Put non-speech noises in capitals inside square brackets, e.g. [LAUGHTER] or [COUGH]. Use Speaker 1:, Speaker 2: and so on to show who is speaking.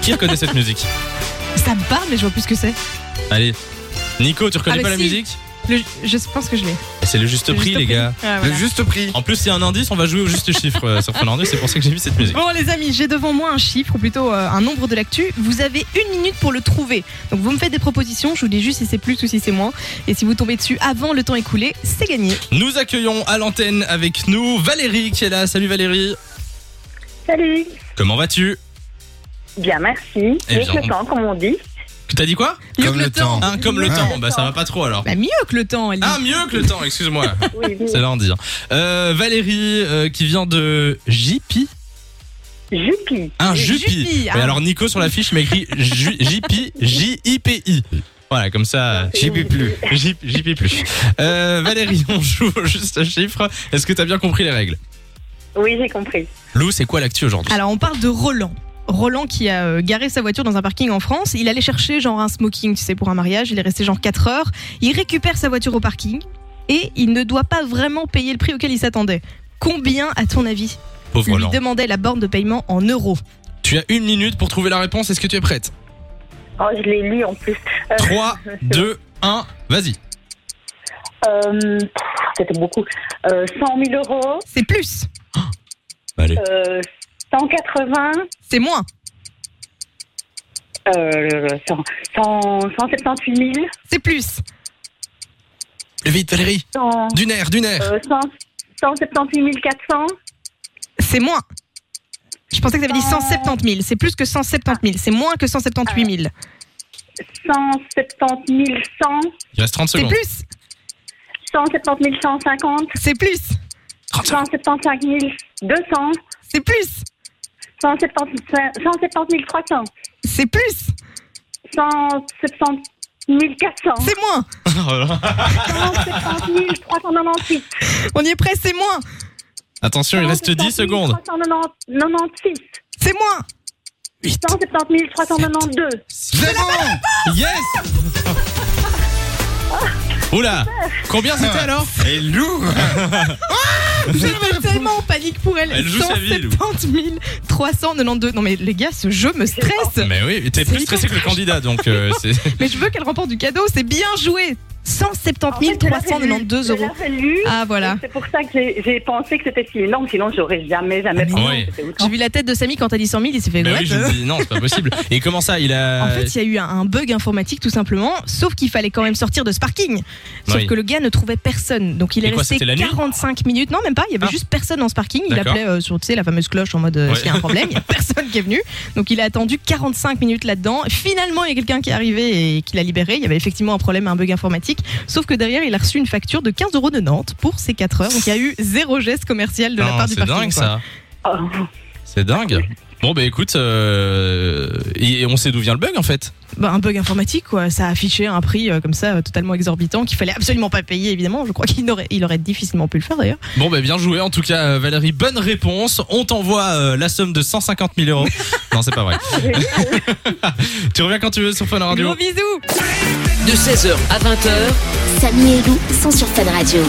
Speaker 1: Qui reconnaît cette musique
Speaker 2: Ça me parle, mais je vois plus ce que c'est.
Speaker 1: Allez. Nico, tu reconnais
Speaker 2: Ah, mais
Speaker 1: pas la
Speaker 2: si.
Speaker 1: musique Eh,
Speaker 2: Le- Je pense que je l'ai.
Speaker 1: C'est le juste
Speaker 2: Le
Speaker 1: prix,
Speaker 2: juste
Speaker 1: les
Speaker 2: prix.
Speaker 1: gars.
Speaker 2: Ah,
Speaker 3: Le
Speaker 2: voilà.
Speaker 3: juste prix.
Speaker 1: En plus, c'est un indice, on va jouer au juste chiffre euh, sur Fernando, c'est pour ça que j'ai mis cette musique.
Speaker 2: Bon les amis, j'ai devant moi un chiffre, ou plutôt euh, un nombre de l'actu. Vous avez une minute pour le trouver. Donc vous me faites des propositions, je vous dis juste si c'est plus ou si c'est moins. Et si vous tombez dessus avant le temps écoulé, c'est gagné.
Speaker 1: Nous accueillons à l'antenne avec nous Valérie qui est là. Salut Valérie.
Speaker 4: Salut.
Speaker 1: Comment vas-tu
Speaker 4: Bien, merci.
Speaker 1: Eh
Speaker 4: Avec
Speaker 1: bien,
Speaker 4: le temps, comme on dit.
Speaker 1: T'as dit quoi
Speaker 2: Mieux
Speaker 3: Comme
Speaker 2: que le
Speaker 3: le
Speaker 2: temps.
Speaker 3: temps.
Speaker 1: Un comme le
Speaker 3: Ouais.
Speaker 1: temps. Bah ça va pas trop alors.
Speaker 2: Bah, mieux que le temps, Ellie.
Speaker 1: Ah mieux que le temps,
Speaker 2: [LAUGHS]
Speaker 1: excuse-moi.
Speaker 4: Oui, oui.
Speaker 1: C'est lundi. hein. Euh, Valérie euh, qui vient de JP.
Speaker 4: Jupi.
Speaker 1: Un
Speaker 2: Jupi,
Speaker 1: Jupi.
Speaker 2: ah.
Speaker 1: Et alors Nico sur l'affiche m'a écrit Ju- JP, J-I-P-I. Voilà, comme ça,
Speaker 4: J'y puis plus.
Speaker 1: j'y j'y puis plus. Euh, Valérie, on joue au juste chiffre. Est-ce que t'as bien compris les règles
Speaker 4: Oui, j'ai compris.
Speaker 1: Lou, c'est quoi l'actu aujourd'hui
Speaker 2: Alors on parle de Roland. Roland qui a euh, garé sa voiture dans un parking en France, il allait chercher genre un smoking, tu sais, pour un mariage, il est resté genre 4 heures, il récupère sa voiture au parking et il ne doit pas vraiment payer le prix auquel il s'attendait. Combien, à ton avis,
Speaker 1: Pauvre
Speaker 2: lui
Speaker 1: Roland.
Speaker 2: demandait la borne de paiement en euros
Speaker 1: Tu as une minute pour trouver la réponse. Est-ce que tu es prête
Speaker 4: Oh, je l'ai lu en plus.
Speaker 1: 3, 2, 1, vas-y.
Speaker 4: Euh, pff, C'était beaucoup. Euh, 100 000 euros.
Speaker 2: C'est plus,
Speaker 1: Allez.
Speaker 4: Euh, 180.
Speaker 2: c'est moins,
Speaker 4: Euh, 100, 100, 178 000.
Speaker 2: c'est plus,
Speaker 1: Vite, Valérie.
Speaker 4: 100,
Speaker 1: D'une air, d'une air.
Speaker 4: euh, 100, 178 400.
Speaker 2: c'est moins. Je pensais que tu avais dit 170 000, c'est plus que 170 000, c'est moins que 178 000.
Speaker 4: 170 100.
Speaker 1: Il reste 30
Speaker 2: C'est
Speaker 1: secondes.
Speaker 2: plus,
Speaker 4: 170 150.
Speaker 2: c'est plus,
Speaker 1: 30 secondes. [LAUGHS]
Speaker 4: 175 200.
Speaker 2: c'est plus,
Speaker 4: 170 170 300.
Speaker 2: c'est plus,
Speaker 4: 170 400.
Speaker 2: c'est moins.
Speaker 1: Oh là là.
Speaker 4: 170 398.
Speaker 2: On y est presque, c'est moins,
Speaker 1: Attention, il reste 10 secondes.
Speaker 4: 396.
Speaker 2: c'est moins.
Speaker 4: 170 392.
Speaker 3: C'est bon
Speaker 1: Yes Oula Combien
Speaker 2: Ah.
Speaker 1: c'était alors
Speaker 3: Et Lou
Speaker 2: Je suis tellement en panique pour elle.
Speaker 1: Elle joue sa vie, Lou.
Speaker 2: 170 392. Non mais les gars, ce jeu me stresse.
Speaker 1: Ah, Mais oui, t'es plus stressé que le candidat, donc
Speaker 2: [LAUGHS]
Speaker 1: euh, c'est...
Speaker 2: Mais je veux qu'elle remporte du cadeau. C'est bien joué. 170 392 euros.
Speaker 4: Je l'avais lu.
Speaker 2: Ah voilà.
Speaker 4: Et C'est pour ça que j'ai j'ai pensé que c'était si énorme, sinon j'aurais jamais, jamais pensé.
Speaker 1: Ah Oui.
Speaker 4: que c'était autant.
Speaker 2: J'ai vu la tête de Samy quand t'as dit 100 000, il s'est fait
Speaker 1: Mais
Speaker 2: what
Speaker 1: oui, je me dis, non, c'est pas possible. Et comment ça, il a...
Speaker 2: En fait, il y a eu un- un bug informatique tout simplement, sauf qu'il fallait quand même sortir de ce parking. Sauf
Speaker 1: Oui.
Speaker 2: que le gars ne trouvait personne. Donc il est
Speaker 1: Et quoi,
Speaker 2: resté
Speaker 1: c'était la nuit
Speaker 2: 45 minutes. Non, même pas, il y avait
Speaker 1: Ah.
Speaker 2: juste personne dans ce parking. Il
Speaker 1: D'accord.
Speaker 2: appelait euh, sur tu sais, la fameuse cloche en mode euh,
Speaker 1: Ouais.
Speaker 2: s'il y a un problème,
Speaker 1: [LAUGHS]
Speaker 2: il y a personne qui est venu. Donc il a attendu 45 minutes là-dedans. Finalement, il y a quelqu'un qui est arrivé et qui l'a libéré. Il y avait effectivement un problème, un bug informatique. Sauf que derrière, il a reçu une facture de 15,90 euros pour ses 4 heures. Donc il y a eu zéro geste commercial de la
Speaker 1: Non,
Speaker 2: part du
Speaker 1: c'est
Speaker 2: parking.
Speaker 1: dingue
Speaker 2: quoi.
Speaker 1: ça.
Speaker 4: Oh.
Speaker 1: C'est dingue. Bon bah écoute, euh, et on sait d'où vient le bug en fait.
Speaker 2: Bah, un bug informatique, quoi. Ça affichait un prix euh, comme ça, euh, totalement exorbitant, qu'il fallait absolument pas payer, évidemment. Je crois qu'il aurait, il aurait difficilement pu le faire, d'ailleurs.
Speaker 1: Bon bah bien joué en tout cas euh, Valérie, bonne réponse. On t'envoie euh, la somme de 150 000 euros. non c'est pas vrai. [LAUGHS] tu reviens quand tu veux sur Fun Radio.
Speaker 2: Gros bisous!
Speaker 5: De 16h à 20h,
Speaker 6: Samy et Lou sont sur Fan Radio.